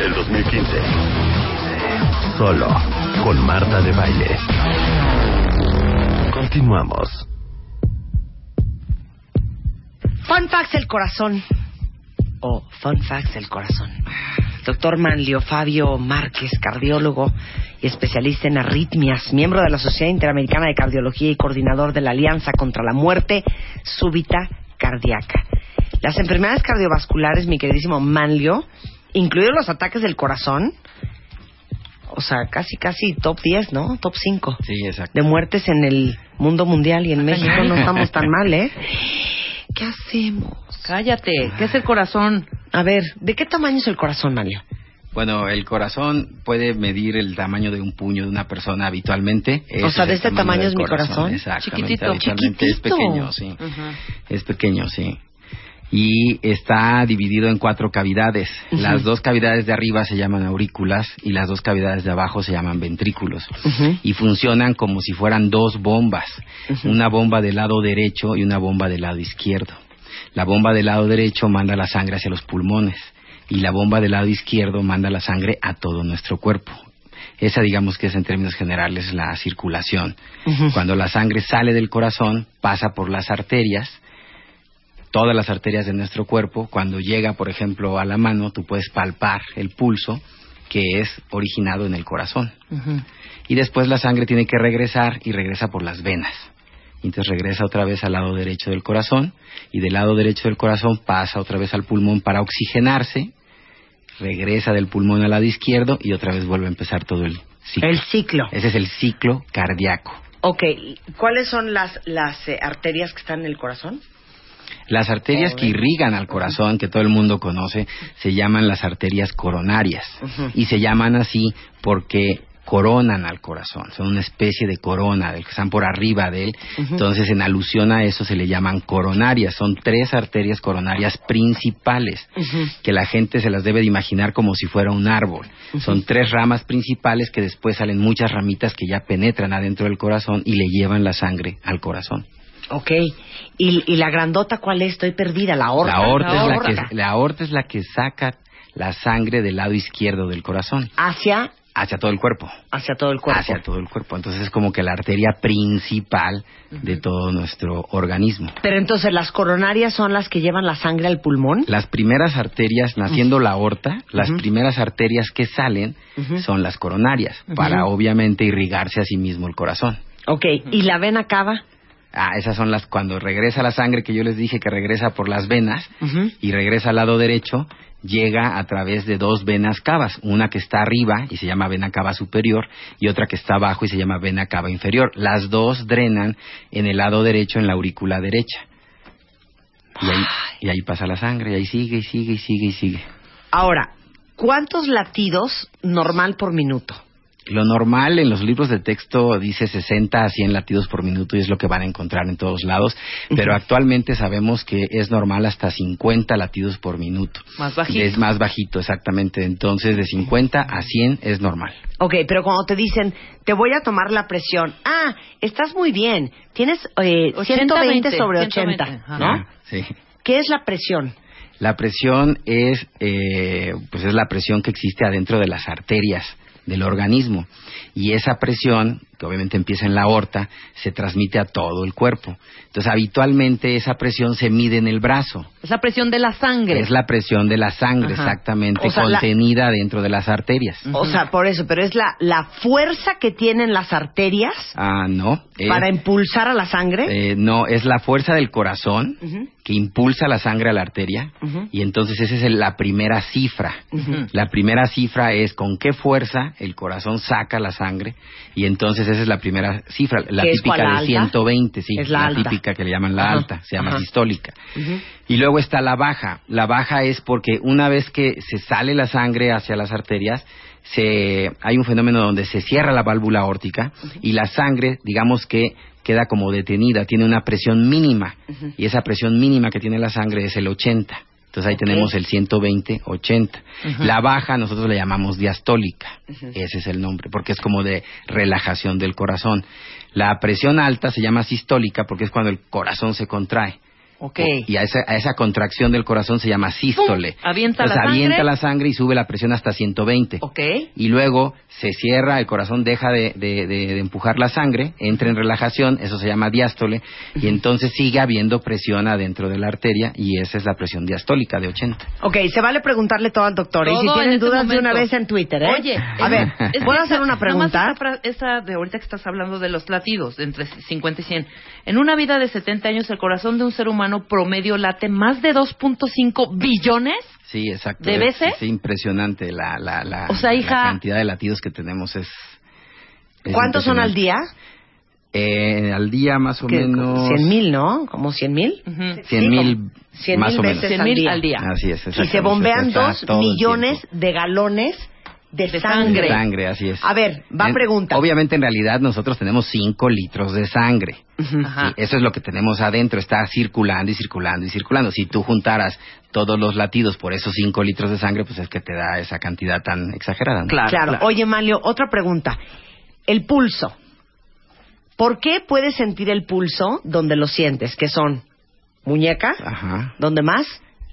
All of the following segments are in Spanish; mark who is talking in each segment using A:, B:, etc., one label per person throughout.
A: El 2015. Solo con Marta de Baile. Continuamos.
B: Fun facts del corazón. O Oh, fun facts del corazón. Doctor Manlio Fabio Márquez, cardiólogo y especialista en arritmias, miembro de la Sociedad Interamericana de Cardiología y coordinador de la Alianza contra la Muerte Súbita Cardíaca. Las enfermedades cardiovasculares, mi queridísimo Manlio, incluidos los ataques del corazón, o sea, casi, casi top 10, ¿no? Top 5
C: Sí, exacto.
B: de muertes en el mundo mundial y en México no estamos tan mal, ¿eh? ¿Qué hacemos?
D: Cállate, ¿qué es el corazón?
B: A ver, ¿de qué tamaño es el corazón, Mario?
C: Bueno, el corazón puede medir el tamaño de un puño de una persona habitualmente.
B: sea,
C: Ese es
B: ¿de
C: el
B: este tamaño
C: del
B: es mi corazón?
C: Exactamente.
D: Chiquitito.
C: habitualmente es
B: Chiquitito. Mm.
C: pequeño, sí. Es pequeño, sí. Y está dividido en cuatro cavidades. Las dos cavidades de arriba se llaman aurículas y las dos cavidades de abajo se llaman ventrículos.
B: Ujú.
C: Y funcionan como si fueran dos bombas. Una bomba del lado derecho y una bomba del lado izquierdo. La bomba del lado derecho manda la sangre hacia los pulmones y la bomba del lado izquierdo manda la sangre a todo nuestro cuerpo. Esa digamos que es en términos generales la circulación. Cuando la sangre sale del corazón, pasa por las arterias, todas las arterias de nuestro cuerpo. Cuando llega, por ejemplo, a la mano, tú puedes palpar el pulso que es originado en el corazón. Y después la sangre tiene que regresar y regresa por las venas. Y Entonces regresa otra vez al lado derecho del corazón y del lado derecho del corazón pasa otra vez al pulmón para oxigenarse, regresa del pulmón al lado izquierdo y otra vez vuelve a empezar todo el ciclo.
B: El ciclo.
C: Ese es el ciclo cardíaco.
B: Ok, ¿y ¿cuáles son las, las eh, arterias que están en el corazón?
C: Las arterias que irrigan al corazón, que todo el mundo conoce, se llaman las arterias coronarias. Y se llaman así porque coronan al corazón. Son una especie de corona, del que están por arriba de él. Entonces, en alusión a eso, se le llaman coronarias. Son tres arterias coronarias principales, que la gente se las debe de imaginar como si fuera un árbol. Son tres ramas principales que después salen muchas ramitas que ya penetran adentro del corazón y le llevan la sangre al corazón.
B: Ok, ¿y, y la grandota cuál es? Estoy perdida, la aorta.
C: La aorta,
B: La
C: es la
B: aorta.
C: que la aorta es la que saca la sangre del lado izquierdo del corazón
B: Hacia,
C: hacia todo el cuerpo,
B: hacia todo el cuerpo.
C: hacia todo el cuerpo. Entonces es como que la arteria principal de todo nuestro organismo.
B: Pero entonces, ¿las coronarias son las que llevan la sangre al pulmón?
C: Las primeras arterias, naciendo la aorta, las primeras arterias que salen son las coronarias, para obviamente irrigarse a sí mismo el corazón.
B: Ok, ¿y la vena cava?
C: Ah, esas son las cuando regresa la sangre que yo les dije que regresa por las venas
B: Ujú.
C: y regresa al lado derecho, llega a través de dos venas cavas, una que está arriba y se llama vena cava superior y otra que está abajo y se llama vena cava inferior. Las dos drenan en el lado derecho, en la aurícula derecha. Y ahí, y ahí pasa la sangre, y ahí sigue, y sigue, y sigue, y sigue.
B: Ahora, ¿cuántos latidos normal por minuto?
C: Lo normal en los libros de texto dice 60 a 100 latidos por minuto y es lo que van a encontrar en todos lados, pero actualmente sabemos que es normal hasta 50 latidos por minuto.
D: Más bajito.
C: Es más bajito, exactamente. Entonces, de 50 a 100 es normal.
B: Ok, pero cuando te dicen, te voy a tomar la presión, ah, estás muy bien, tienes eh, 120 sobre 80,
D: 120, ajá.
B: ¿no?
C: Ah, Sí.
B: ¿Qué es la presión?
C: La presión es, eh, pues es la presión que existe adentro de las arterias del organismo. Y esa presión, que obviamente empieza en la aorta, se transmite a todo el cuerpo. Entonces, habitualmente esa presión se mide en el brazo.
D: Es la presión de la sangre.
C: Es la presión de la sangre,
D: Ajá.
C: exactamente,
B: O sea, la-
C: contenida dentro de las arterias.
B: O sea, por eso, pero es la, la fuerza que tienen las arterias
C: Ah, no. es-
B: para impulsar a la sangre.
C: eh, no, es la fuerza del corazón
B: Ujú.
C: que impulsa la sangre a la arteria
B: Ujú.
C: y entonces esa es el- la primera cifra. La primera cifra es con qué fuerza el corazón saca la sangre y entonces esa es la primera cifra, la
B: ¿Que es
C: típica
B: cuál, la
C: de
B: alta?
C: 120, sí,
B: Es la alta.
C: típica que le llaman la
B: Ajá,
C: alta, se llama
B: ajá.
C: sistólica.
B: Ujú.
C: Y luego está la baja. La baja es porque una vez que se sale la sangre hacia las arterias, se, hay un fenómeno donde se cierra la válvula aórtica y la sangre, digamos que queda como detenida, tiene una presión mínima. Y esa presión mínima que tiene la sangre es el 80. Entonces ahí
B: Ok.
C: tenemos el 120, 80. La baja nosotros le llamamos diastólica. Ese es el nombre, porque es como de relajación del corazón. La presión alta se llama sistólica porque es cuando el corazón se contrae.
D: Ok.
C: Oh, Y a esa, a esa contracción del corazón se llama sístole.
D: ¡Pum! Avienta
C: Entonces,
D: la
C: avienta
D: sangre.
C: la sangre y sube la presión hasta 120.
D: Ok.
C: Y luego se cierra, el corazón deja de, de- de- de empujar la sangre, entra en relajación, eso se llama diástole, y entonces sigue habiendo presión adentro de la arteria, y esa es la presión diastólica de 80.
B: Ok, se vale preguntarle todo al doctor. ¿eh? y
D: Todo
B: si
D: en
B: tienen
D: este
B: dudas de una
D: momento.
B: vez en Twitter, ¿eh?
D: Oye,
B: a
D: es-
B: ver,
D: es que
B: ¿puedo
D: esa-
B: hacer una
D: nomás
B: pregunta?
D: Esa, fra- esa de ahorita que estás hablando de los latidos, de entre 50 y 100. En una vida de 70 años, el corazón de un ser humano promedio late más de 2.5 billones.
C: Sí, exacto.
D: ¿De
C: es-
D: veces?
C: Es, impresionante la, la- la-
D: O sea,
C: la
D: hija-
C: cantidad de latidos que tenemos. es, es
B: ¿Cuántos son al
C: impresionante.
B: día?
C: Eh, al día más o menos...
B: Cien mil, ¿no? ¿Como cien mil?
D: Ujú.
C: Cien
B: Sí,
C: mil,
B: como cien
C: más
B: mil
C: o menos.
B: veces
D: 100
B: al
D: mil
B: día.
D: al día.
C: Así es.
B: Y se
C: exactamente,
B: bombean
C: está
B: dos
C: todo el
B: millones
C: tiempo.
B: de galones de,
D: De
B: sangre.
D: sangre.
C: De sangre, así es.
B: A ver, va
C: En-
B: pregunta.
C: Obviamente, en realidad, nosotros tenemos 5 litros de sangre.
D: Ajá.
C: Sí, eso es lo que tenemos adentro, está circulando y circulando y circulando. Si tú juntaras todos los latidos por esos 5 litros de sangre, pues es que te da esa cantidad tan exagerada. ¿no?
D: Claro,
B: Claro.
D: claro.
B: Oye, Malio, otra pregunta. El pulso. ¿Por qué puedes sentir el pulso donde lo sientes? Que son muñeca,
C: Ajá.
B: ¿dónde más?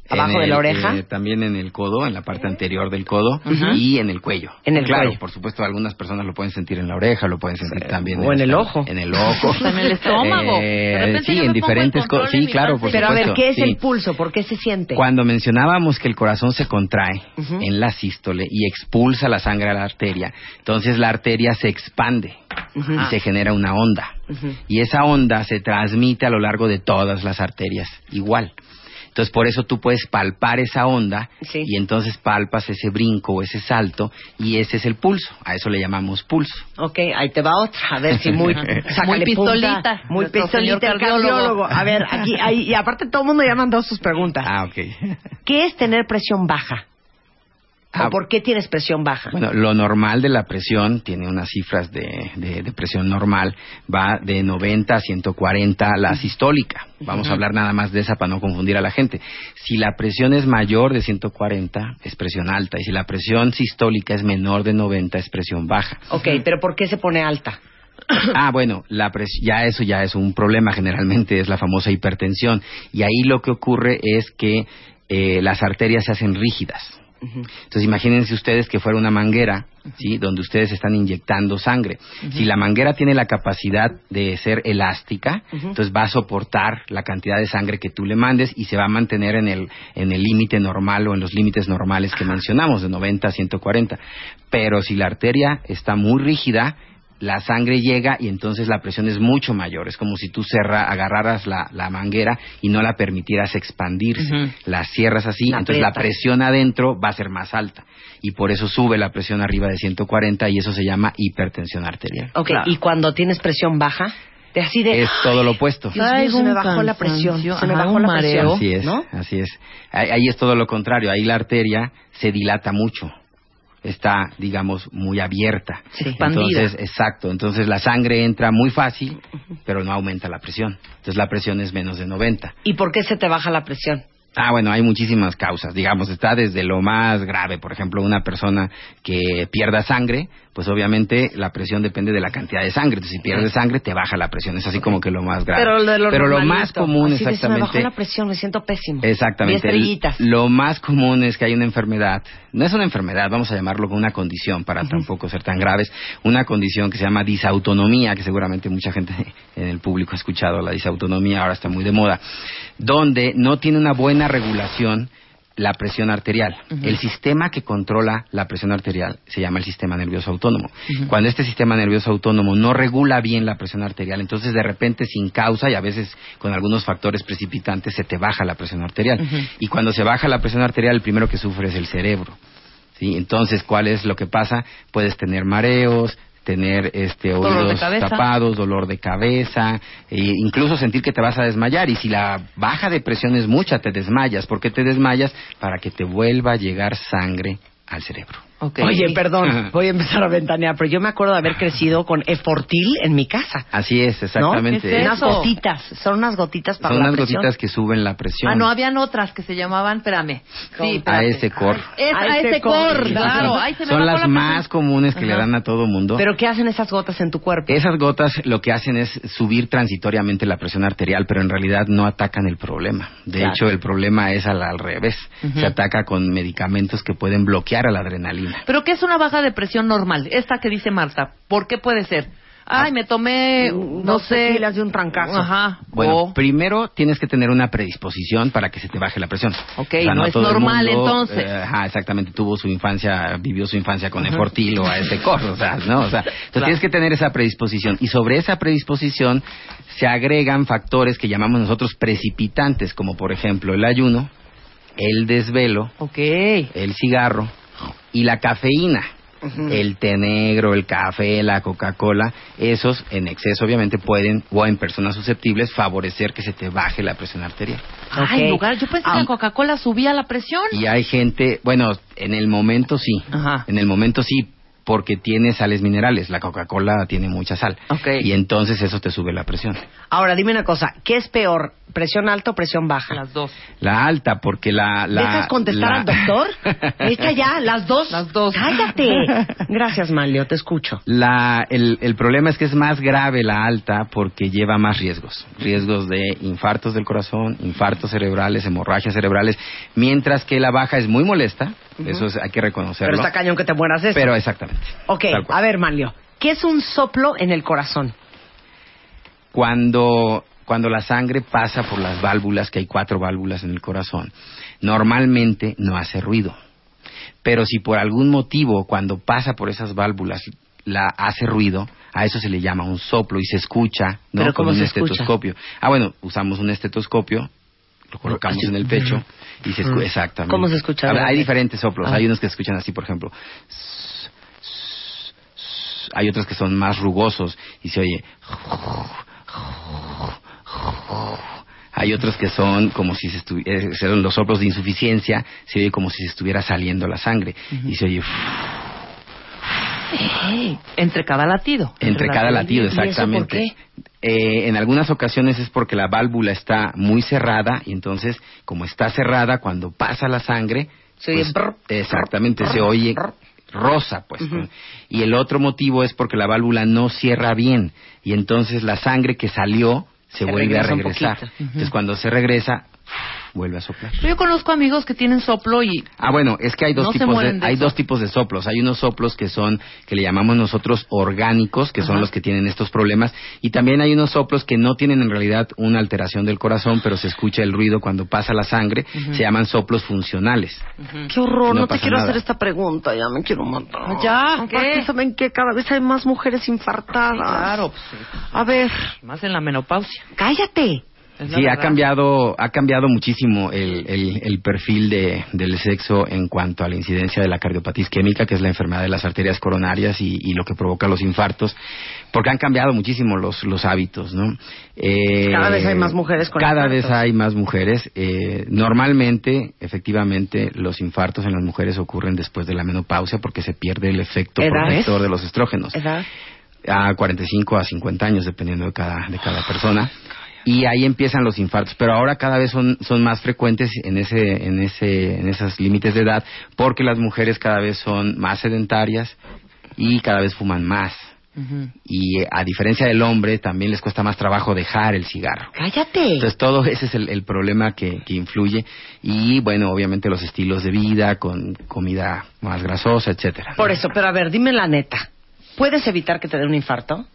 B: Abajo
C: Ah. En
B: de la
C: el,
B: oreja.
C: eh, también en el codo, en la parte anterior del codo
D: Ujú.
C: y en el cuello.
B: En el
C: claro,
B: cuello.
C: por supuesto, algunas personas lo pueden sentir en la oreja, lo pueden sentir también
B: o en el ojo.
C: En el ojo.
D: En el estómago. De
C: Eh,
D: repente
C: sí,
D: yo me
C: en
D: pongo
C: diferentes
D: en
C: co-
D: control
C: sí,
D: en mi
C: claro,
D: panza.
C: por
B: Pero a ver,
C: supuesto,
B: ¿qué es
C: sí.
B: el pulso? ¿Por qué se siente?
C: Cuando mencionábamos que el corazón se contrae
B: Este. Ujú.
C: en la sístole y expulsa la sangre a la arteria, entonces la arteria se expande
B: Ujú.
C: y se genera una onda.
B: Ujú.
C: Y esa onda se transmite a lo largo de todas las arterias igual. Entonces por eso tú puedes palpar esa onda
B: Sí.
C: y entonces palpas ese brinco o ese salto y ese es el pulso. A eso le llamamos pulso.
B: Ok, ahí te va otra. A ver si muy. sácale
D: pistolita,
B: punta. Muy
D: nuestro
B: pistolita
D: señor
B: el
D: cardiólogo.
B: cardiólogo. A ver, aquí, ahí, y aparte todo el mundo ya mandó sus preguntas.
C: Ah, ok.
B: ¿Qué es tener presión baja?
C: Ah,
B: ¿O por qué tienes presión baja?
C: Bueno, lo normal de la presión tiene unas cifras de, de- de presión normal, va de 90 a 140 la sistólica. Vamos a hablar nada más de esa para no confundir a la gente. Si la presión es mayor de 140, es presión alta. Y si la presión sistólica es menor de 90, es presión baja.
B: ok, pero ¿por qué se pone alta?
C: Ah, bueno, la pres- ya eso ya es un problema generalmente, es la famosa hipertensión. Y ahí lo que ocurre es que eh, las arterias se hacen rígidas. Entonces imagínense ustedes que fuera una manguera, ¿sí? Donde ustedes están inyectando sangre. Si la manguera tiene la capacidad de ser elástica, entonces va a soportar la cantidad de sangre que tú le mandes y se va a mantener en el en el límite normal o en los límites normales que mencionamos, de 90 a 140. Pero si la arteria está muy rígida, la sangre llega y entonces la presión es mucho mayor. Es como si tú cerra, agarraras la, la manguera y no la permitieras expandirse.
D: Ujú.
C: La cierras así,
B: La
C: entonces la
B: aprietas.
C: presión adentro va a ser más alta. Y por eso sube la presión arriba de 140 y eso se llama hipertensión arterial.
B: Ok,
D: Claro.
B: y cuando tienes presión baja, de así de.
C: Es todo lo opuesto.
B: Dios mío,
D: Traigo
B: se me
D: un
B: bajó la presión.
D: cansancio,
B: Se me
D: ajá,
B: bajó
D: un
B: la presión.
D: mareo.
C: Así es,
B: ¿no?
C: así es. Ahí, ahí es todo lo contrario, ahí la arteria se dilata mucho, está, digamos, muy abierta.
D: Sí. Expandida.
C: Entonces, exacto, entonces la sangre entra muy fácil, pero no aumenta la presión. Entonces la presión es menos de 90.
B: ¿Y por qué se te baja la presión?
C: Ah, bueno, hay muchísimas causas, digamos, está desde lo más grave, por ejemplo, una persona que pierda sangre, pues obviamente la presión depende de la cantidad de sangre, entonces si pierdes sangre te baja la presión, es así como que lo más grave.
B: Pero lo, de lo
C: Pero lo
B: normalito,
C: más común
B: así de, se me bajó
C: exactamente
B: la presión, me siento pésimo.
C: Exactamente.
B: Y estrellitas.
C: El- Lo más común es que hay una enfermedad, no es una enfermedad, vamos a llamarlo como una condición para tampoco ser tan graves, una condición que se llama disautonomía, que seguramente mucha gente en el público ha escuchado la disautonomía, ahora está muy de moda, donde no tiene una buena regulación la presión arterial. El sistema que controla la presión arterial se llama el sistema nervioso autónomo. Cuando este sistema nervioso autónomo no regula bien la presión arterial, entonces de repente sin causa y a veces con algunos factores precipitantes se te baja la presión arterial. Y cuando se baja la presión arterial, el primero que sufre es el cerebro. ¿sí? Entonces, ¿cuál es lo que pasa? Puedes tener mareos, tener este
D: Dolor de
C: oídos
D: cabeza.
C: tapados, dolor de cabeza, e incluso sentir que te vas a desmayar y si la baja de presión es mucha te desmayas, ¿por qué te desmayas? Para que te vuelva a llegar sangre al cerebro.
D: Ok.
B: Oye, perdón, voy a empezar a ventanear, pero yo me acuerdo de haber crecido con efortil en mi casa.
C: Así es, exactamente.
D: ¿Qué es
B: Unas
D: eso?
B: gotitas, son unas gotitas para
C: Son
B: la
C: unas
B: presión.
C: gotitas que suben la presión.
D: Ah, no, habían otras que se llamaban, espérame. Sí,
C: a
D: espérate.
C: ese cor.
D: Es
B: A
D: a
B: ese
D: ese
B: cor,
D: cor, claro. Ay, se me
C: Son
D: bajó
C: las
D: la
C: más
D: presión.
C: comunes que le
D: Ajá.
C: dan a todo mundo.
B: Pero ¿qué hacen esas gotas en tu cuerpo?
C: Esas gotas lo que hacen es subir transitoriamente la presión arterial, pero en realidad no atacan el problema. De
B: Claro.
C: hecho, el problema es al, al revés.
D: Ujú.
C: Se ataca con medicamentos que pueden bloquear a la adrenalina.
D: Pero ¿qué es una baja de presión normal? Esta que dice Marta. ¿Por qué puede ser? Ay, me tomé, no,
B: Mm, Dos
D: sé.
B: tequilas de un trancazo.
D: Ajá. oh.
C: Bueno,
D: o-
C: primero tienes que tener una predisposición para que se te baje la presión.
D: Ok, no es
C: todo el
D: normal, entonces.
C: eh, ajá, exactamente, tuvo su infancia, vivió su infancia con efortil o a ese corro, o sea, ¿no? O sea, entonces tienes que tener esa predisposición. Y sobre esa predisposición se agregan factores que llamamos nosotros precipitantes, como por ejemplo el ayuno, el desvelo,
D: Ok.
C: el cigarro y la cafeína. El té negro, el café, la Coca-Cola, esos en exceso obviamente pueden, o en personas susceptibles, favorecer que se te baje la presión arterial.
D: Ay,
B: Ok.
D: lugar. Yo pensé que
C: Ah.
D: la Coca-Cola subía la presión.
C: Y hay gente, bueno, en el momento sí,
D: Ajá.
C: en el momento sí, porque tiene sales minerales, la Coca-Cola tiene mucha sal,
D: Ok.
C: y entonces eso te sube la presión.
B: Ahora, dime una cosa, ¿qué es peor, presión alta o presión baja?
D: Las dos.
C: La alta, porque la... la
B: ¿Dejas contestar
C: la-
B: al doctor? Esta ya, las dos.
D: Las dos.
B: Cállate. Gracias, Manlio, te escucho.
C: La, el, el problema es que es más grave la alta porque lleva más riesgos. Riesgos de infartos del corazón, infartos cerebrales, hemorragias cerebrales. Mientras que la baja es muy molesta, eso es- hay que
B: Pero
C: reconocerlo.
B: está cañón que te mueras de eso.
C: Pero exactamente.
B: ok,
C: tal cual.
B: a ver, Manlio, ¿qué es un soplo en el corazón?
C: Cuando, cuando la sangre pasa por las válvulas, que hay cuatro válvulas en el corazón, normalmente no hace ruido. Pero si por algún motivo, cuando pasa por esas válvulas, la hace ruido, a eso se le llama un soplo y se escucha, ¿no?
B: ¿Pero
C: Con
B: cómo
C: un
B: se escucha?
C: estetoscopio. Ah, bueno, usamos un estetoscopio, lo colocamos en el pecho y se escucha. Exactamente.
B: Mm. ¿Cómo se escucha?
C: Ahora, hay diferentes soplos.
B: Ah.
C: Hay unos que se escuchan así, por ejemplo. Hay otros que son más rugosos y se oye. Hay otros que son como si se estuvieran los soplos de insuficiencia, se oye como si se estuviera saliendo la sangre y se oye
D: Ey, Entre cada latido.
C: entre cada latido,
B: ¿Y eso por
C: exactamente.
B: qué?
C: Eh, en algunas ocasiones es porque la válvula está muy cerrada y entonces, como está cerrada, cuando pasa la sangre,
B: Se oye
C: pues,
B: brr,
C: exactamente
B: brr,
C: se oye
B: brr.
C: rosa, pues. Y el otro motivo es porque la válvula no cierra bien y entonces la sangre que salió se,
B: Se
C: vuelve a
B: regresa un
C: regresar.
B: poquito.
C: Entonces, cuando se regresa, vuelve a soplar.
D: Yo conozco amigos que tienen soplo y
C: Ah, bueno, es que hay dos
D: No se
C: tipos de,
D: mueren de
C: hay
D: eso.
C: dos tipos de soplos. Hay unos soplos que son que le llamamos nosotros orgánicos, que son
D: Ajá.
C: los que tienen estos problemas, y también hay unos soplos que no tienen en realidad una alteración del corazón, pero se escucha el ruido cuando pasa la sangre. Se llaman soplos funcionales.
B: Qué horror, no,
C: No
B: te
C: pasa
B: quiero
C: nada.
B: hacer esta pregunta, ya me quiero matar.
D: Ya,
B: Aparte,
D: ¿qué?
B: ¿saben que Cada vez hay más mujeres infartadas.
D: Claro, pues, sí.
B: A ver,
D: más en la menopausia.
B: cállate.
D: es la
C: Sí, ha
D: verdad.
C: cambiado, ha cambiado muchísimo el, el- el perfil de, del sexo en cuanto a la incidencia de la cardiopatía isquémica, que es la enfermedad de las arterias coronarias y, y lo que provoca los infartos, porque han cambiado muchísimo los, los hábitos, ¿no? Eh,
B: Cada vez hay más mujeres con
C: Cada
B: infartos.
C: vez hay más mujeres. Eh, normalmente, efectivamente, los infartos en las mujeres ocurren después de la menopausia porque se pierde el efecto
B: ¿Edades?
C: protector de los estrógenos
B: ¿Edad?
C: a 45 a 50 años, dependiendo de cada, de cada persona. Y ahí empiezan los infartos, pero ahora cada vez son, son más frecuentes en ese, en ese, en esos límites de edad, porque las mujeres cada vez son más sedentarias y cada vez fuman más.
D: Ujú.
C: Y eh, a diferencia del hombre, también les cuesta más trabajo dejar el cigarro.
B: Cállate.
C: Entonces todo ese es el, el problema que, que influye y bueno, obviamente los estilos de vida con comida más grasosa, etcétera. ¿no?
B: Por eso, pero a ver, dime la neta. ¿Puedes evitar que te dé un infarto?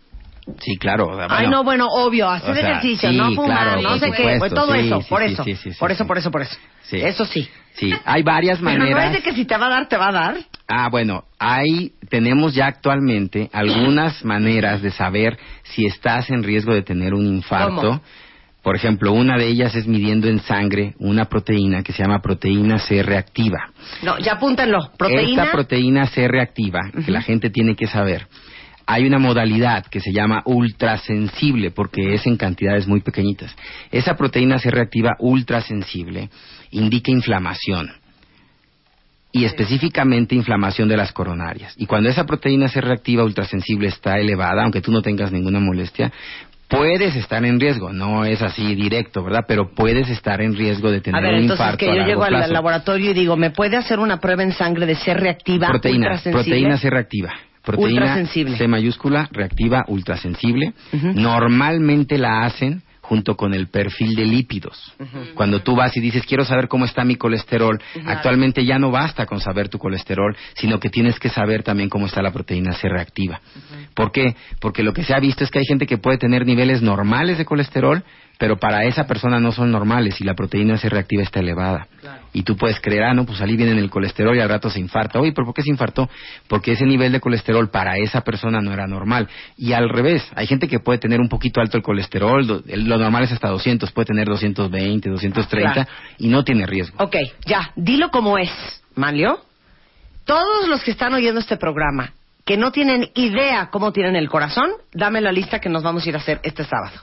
C: Sí, claro. o sea,
B: Ay,
C: bueno,
B: no, bueno, obvio, hacer
C: o sea,
B: ejercicio,
C: sí,
B: no fumar,
C: claro,
B: no
C: por
B: sé qué, pues,
C: supuesto,
B: todo
C: sí,
B: eso,
C: sí,
B: por
C: sí,
B: eso,
C: sí, sí, sí,
B: por
C: sí.
B: eso, por eso, por eso.
C: Sí.
B: Eso sí.
C: Sí, hay varias
B: Pero no es
C: maneras.
B: de que si te va a dar, te va a dar.
C: Ah, bueno, hay, tenemos ya actualmente algunas maneras de saber si estás en riesgo de tener un infarto.
B: ¿Cómo?
C: Por ejemplo, una de ellas es midiendo en sangre una proteína que se llama proteína C reactiva. Eh,
B: No, ya apúntenlo. Proteína.
C: Esta proteína C reactiva, que la gente tiene que saber, hay una modalidad que se llama ultrasensible porque es en cantidades muy pequeñitas. Esa proteína C reactiva ultrasensible indica inflamación y específicamente inflamación de las coronarias. Y cuando esa proteína C reactiva ultrasensible está elevada, aunque tú no tengas ninguna molestia, puedes estar en riesgo. No es así directo, ¿verdad? Pero puedes estar en riesgo de tener
B: a ver,
C: un
B: entonces
C: infarto
B: que
C: a
B: yo
C: largo
B: llego al
C: plazo.
B: laboratorio y digo, ¿me puede hacer una prueba en sangre de ser reactiva
C: proteína,
B: ultrasensible?
C: proteína C reactiva. Proteína
B: Ultrasensible.
C: C mayúscula, reactiva, ultrasensible.
B: Ujú.
C: Normalmente la hacen junto con el perfil de lípidos. Cuando tú vas y dices, quiero saber cómo está mi colesterol, actualmente ya no basta con saber tu colesterol, sino que tienes que saber también cómo está la proteína C reactiva. ¿Por qué? Porque lo que se ha visto es que hay gente que puede tener niveles normales de colesterol, pero para esa persona no son normales y la proteína C reactiva está elevada. Y tú puedes creer, ah, no, pues ahí viene el colesterol y al rato se infarta. Oye, ¿pero por qué se infartó? Porque ese nivel de colesterol para esa persona no era normal. Y al revés, hay gente que puede tener un poquito alto el colesterol, do- el- lo normal es hasta 200, puede tener 220, 230
B: Claro.
C: y no tiene riesgo.
B: Ok, ya, dilo como es, ¿Manlio? Todos los que están oyendo este programa, que no tienen idea cómo tienen el corazón, dame la lista que nos vamos a ir a hacer este sábado.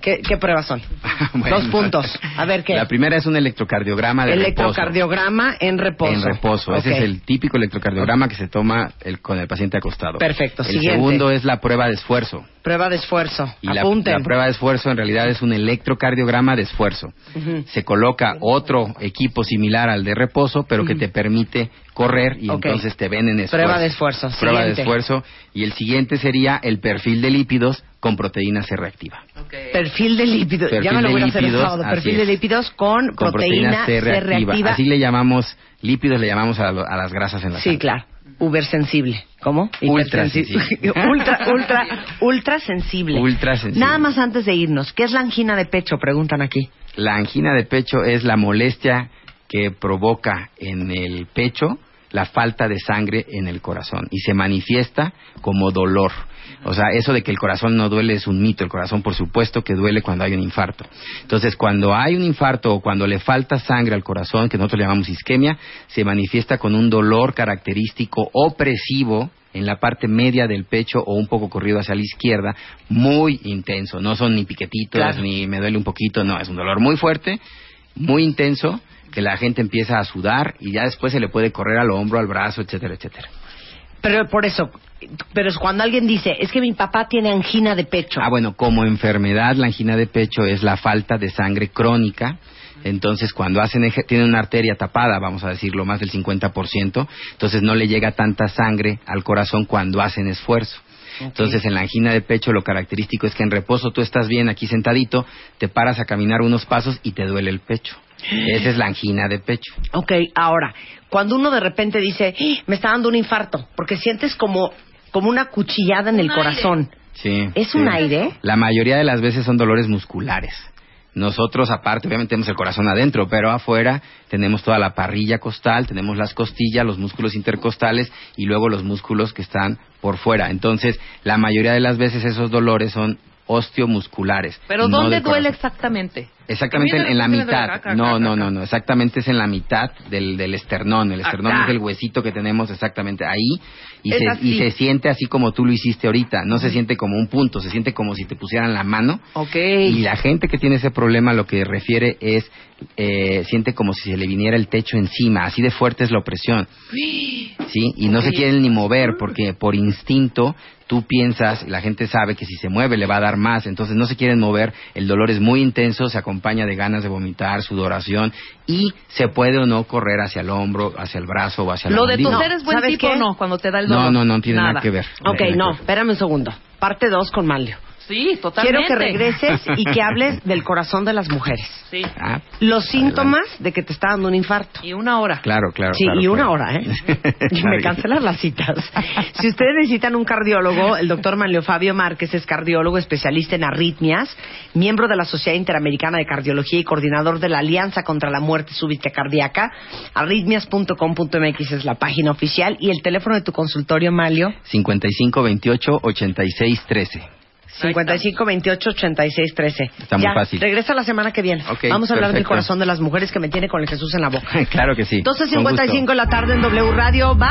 B: ¿Qué, qué pruebas son?
C: Bueno.
B: Dos puntos. A ver qué.
C: La primera es un electrocardiograma de reposo.
B: Electrocardiograma en reposo.
C: En reposo. Ese
B: Ok.
C: es el típico electrocardiograma que se toma el- con el paciente acostado.
B: Perfecto,
C: El
B: siguiente.
C: segundo es la prueba de esfuerzo.
B: Prueba de esfuerzo.
C: Y la,
B: Apunten.
C: la prueba de esfuerzo en realidad es un electrocardiograma de esfuerzo.
B: Ujú.
C: Se coloca otro equipo similar al de reposo, pero que te permite correr y
B: Ok.
C: entonces te ven en esfuerzo.
B: Prueba de esfuerzo.
C: Prueba
B: Siguiente.
C: de esfuerzo. Y el siguiente sería el perfil de lípidos con proteína C reactiva.
D: Ok.
B: Perfil de lípidos.
C: Perfil
B: ya me lo
C: de
B: voy a hacer el
C: lípidos,
B: sábado.
C: así
B: Perfil de
C: es.
B: lípidos con,
C: Con proteína, C reactiva. Así le llamamos, lípidos le llamamos a, lo- a las grasas en la
B: Sí,
C: sangre.
B: claro. Uber sensible. ¿Cómo?
C: Ultra
B: Hipersensi-
C: sensible.
B: ultra, ultra, ultra sensible.
C: Ultra sensible.
B: Nada más antes de irnos, ¿qué es la angina de pecho? Preguntan aquí.
C: La angina de pecho es la molestia que provoca en el pecho la falta de sangre en el corazón y se manifiesta como dolor. O sea, eso de que el corazón no duele es un mito. El corazón, por supuesto, que duele cuando hay un infarto. Entonces, cuando hay un infarto o cuando le falta sangre al corazón, que nosotros le llamamos isquemia, se manifiesta con un dolor característico opresivo en la parte media del pecho o un poco corrido hacia la izquierda, muy intenso. No son ni piquetitos
B: Claro.
C: ni me duele un poquito, no, es un dolor muy fuerte, muy intenso, que la gente empieza a sudar y ya después se le puede correr al hombro, al brazo, etcétera, etcétera.
B: Pero por eso, pero es cuando alguien dice, es que mi papá tiene angina de pecho.
C: Ah, bueno, como enfermedad, la angina de pecho es la falta de sangre crónica. Entonces, cuando hacen eje- tienen una arteria tapada, vamos a decirlo, más del 50%, entonces no le llega tanta sangre al corazón cuando hacen esfuerzo. Entonces, en la angina de pecho lo característico es que en reposo tú estás bien aquí sentadito, te paras a caminar unos pasos y te duele el pecho. Esa es la angina de pecho.
B: Ok, ahora, cuando uno de repente dice, "Ah, me está dando un infarto, porque sientes como, como una cuchillada en el
D: aire.
B: corazón.
C: Sí.
B: ¿Es un
C: sí.
B: aire?
C: La mayoría de las veces son dolores musculares. Nosotros, aparte, obviamente tenemos el corazón adentro, pero afuera tenemos toda la parrilla costal, tenemos las costillas, los músculos intercostales y luego los músculos que están por fuera. Entonces, la mayoría de las veces esos dolores son osteomusculares.
D: Pero
C: no
D: ¿dónde
C: del
D: duele
C: corazón.
D: exactamente?
C: Exactamente en, en la
D: También de-
C: mitad.
D: acá, acá,
C: no,
D: acá,
C: no,
D: acá.
C: no, no. Exactamente es en la mitad del, del esternón. El esternón
D: Acá.
C: es el huesito que tenemos exactamente ahí y
D: Es
C: se,
D: así.
C: y se siente así como tú lo hiciste ahorita. No se siente como un punto, se siente como si te pusieran la mano.
D: Ok.
C: Y la gente que tiene ese problema lo que refiere es eh, siente como si se le viniera el techo encima. Así de fuerte es la opresión. ¿sí? Y no se quieren ni mover porque por instinto tú piensas, la gente sabe que si se mueve le va a dar más, entonces no se quieren mover, el dolor es muy intenso, se acompaña de ganas de vomitar, sudoración y se puede o no correr hacia el hombro, hacia el brazo o hacia el
D: ¿Lo de
C: ombligo.
D: toser es buen
B: ¿sabes
D: tipo
B: qué?
D: o no cuando te da el
C: No,
D: dolor?
C: no, no tiene nada que ver.
B: Ok,
C: Tiene
B: no,
C: que ver.
B: espérame un segundo. Parte 2 con Manlio.
D: Sí, totalmente.
B: Quiero que regreses y que hables del corazón de las mujeres.
D: Sí.
C: Ah,
B: Los síntomas de que te está dando un infarto.
D: Y una hora.
C: claro, claro.
B: Sí,
C: claro,
B: y una
C: claro.
B: hora, ¿eh? Y
C: Claro
B: me
C: que-
B: cancelan las citas. Si ustedes necesitan un cardiólogo, el doctor Manlio Fabio Márquez es cardiólogo especialista en arritmias, miembro de la Sociedad Interamericana de Cardiología y coordinador de la Alianza contra la Muerte Súbita Cardíaca. Arritmias.com.mx es la página oficial y el teléfono de tu consultorio, Manlio,
C: 55 28 86 13.
B: 55 28 86 13.
C: Está muy
B: Ya,
C: fácil.
B: Regresa la semana que viene.
C: Ok,
B: Vamos a hablar del
C: perfecto.
B: corazón de las mujeres que me tiene con el Jesús en la boca.
C: claro que sí. Con gusto.
B: 12.55 de la tarde en W Radio. Bye.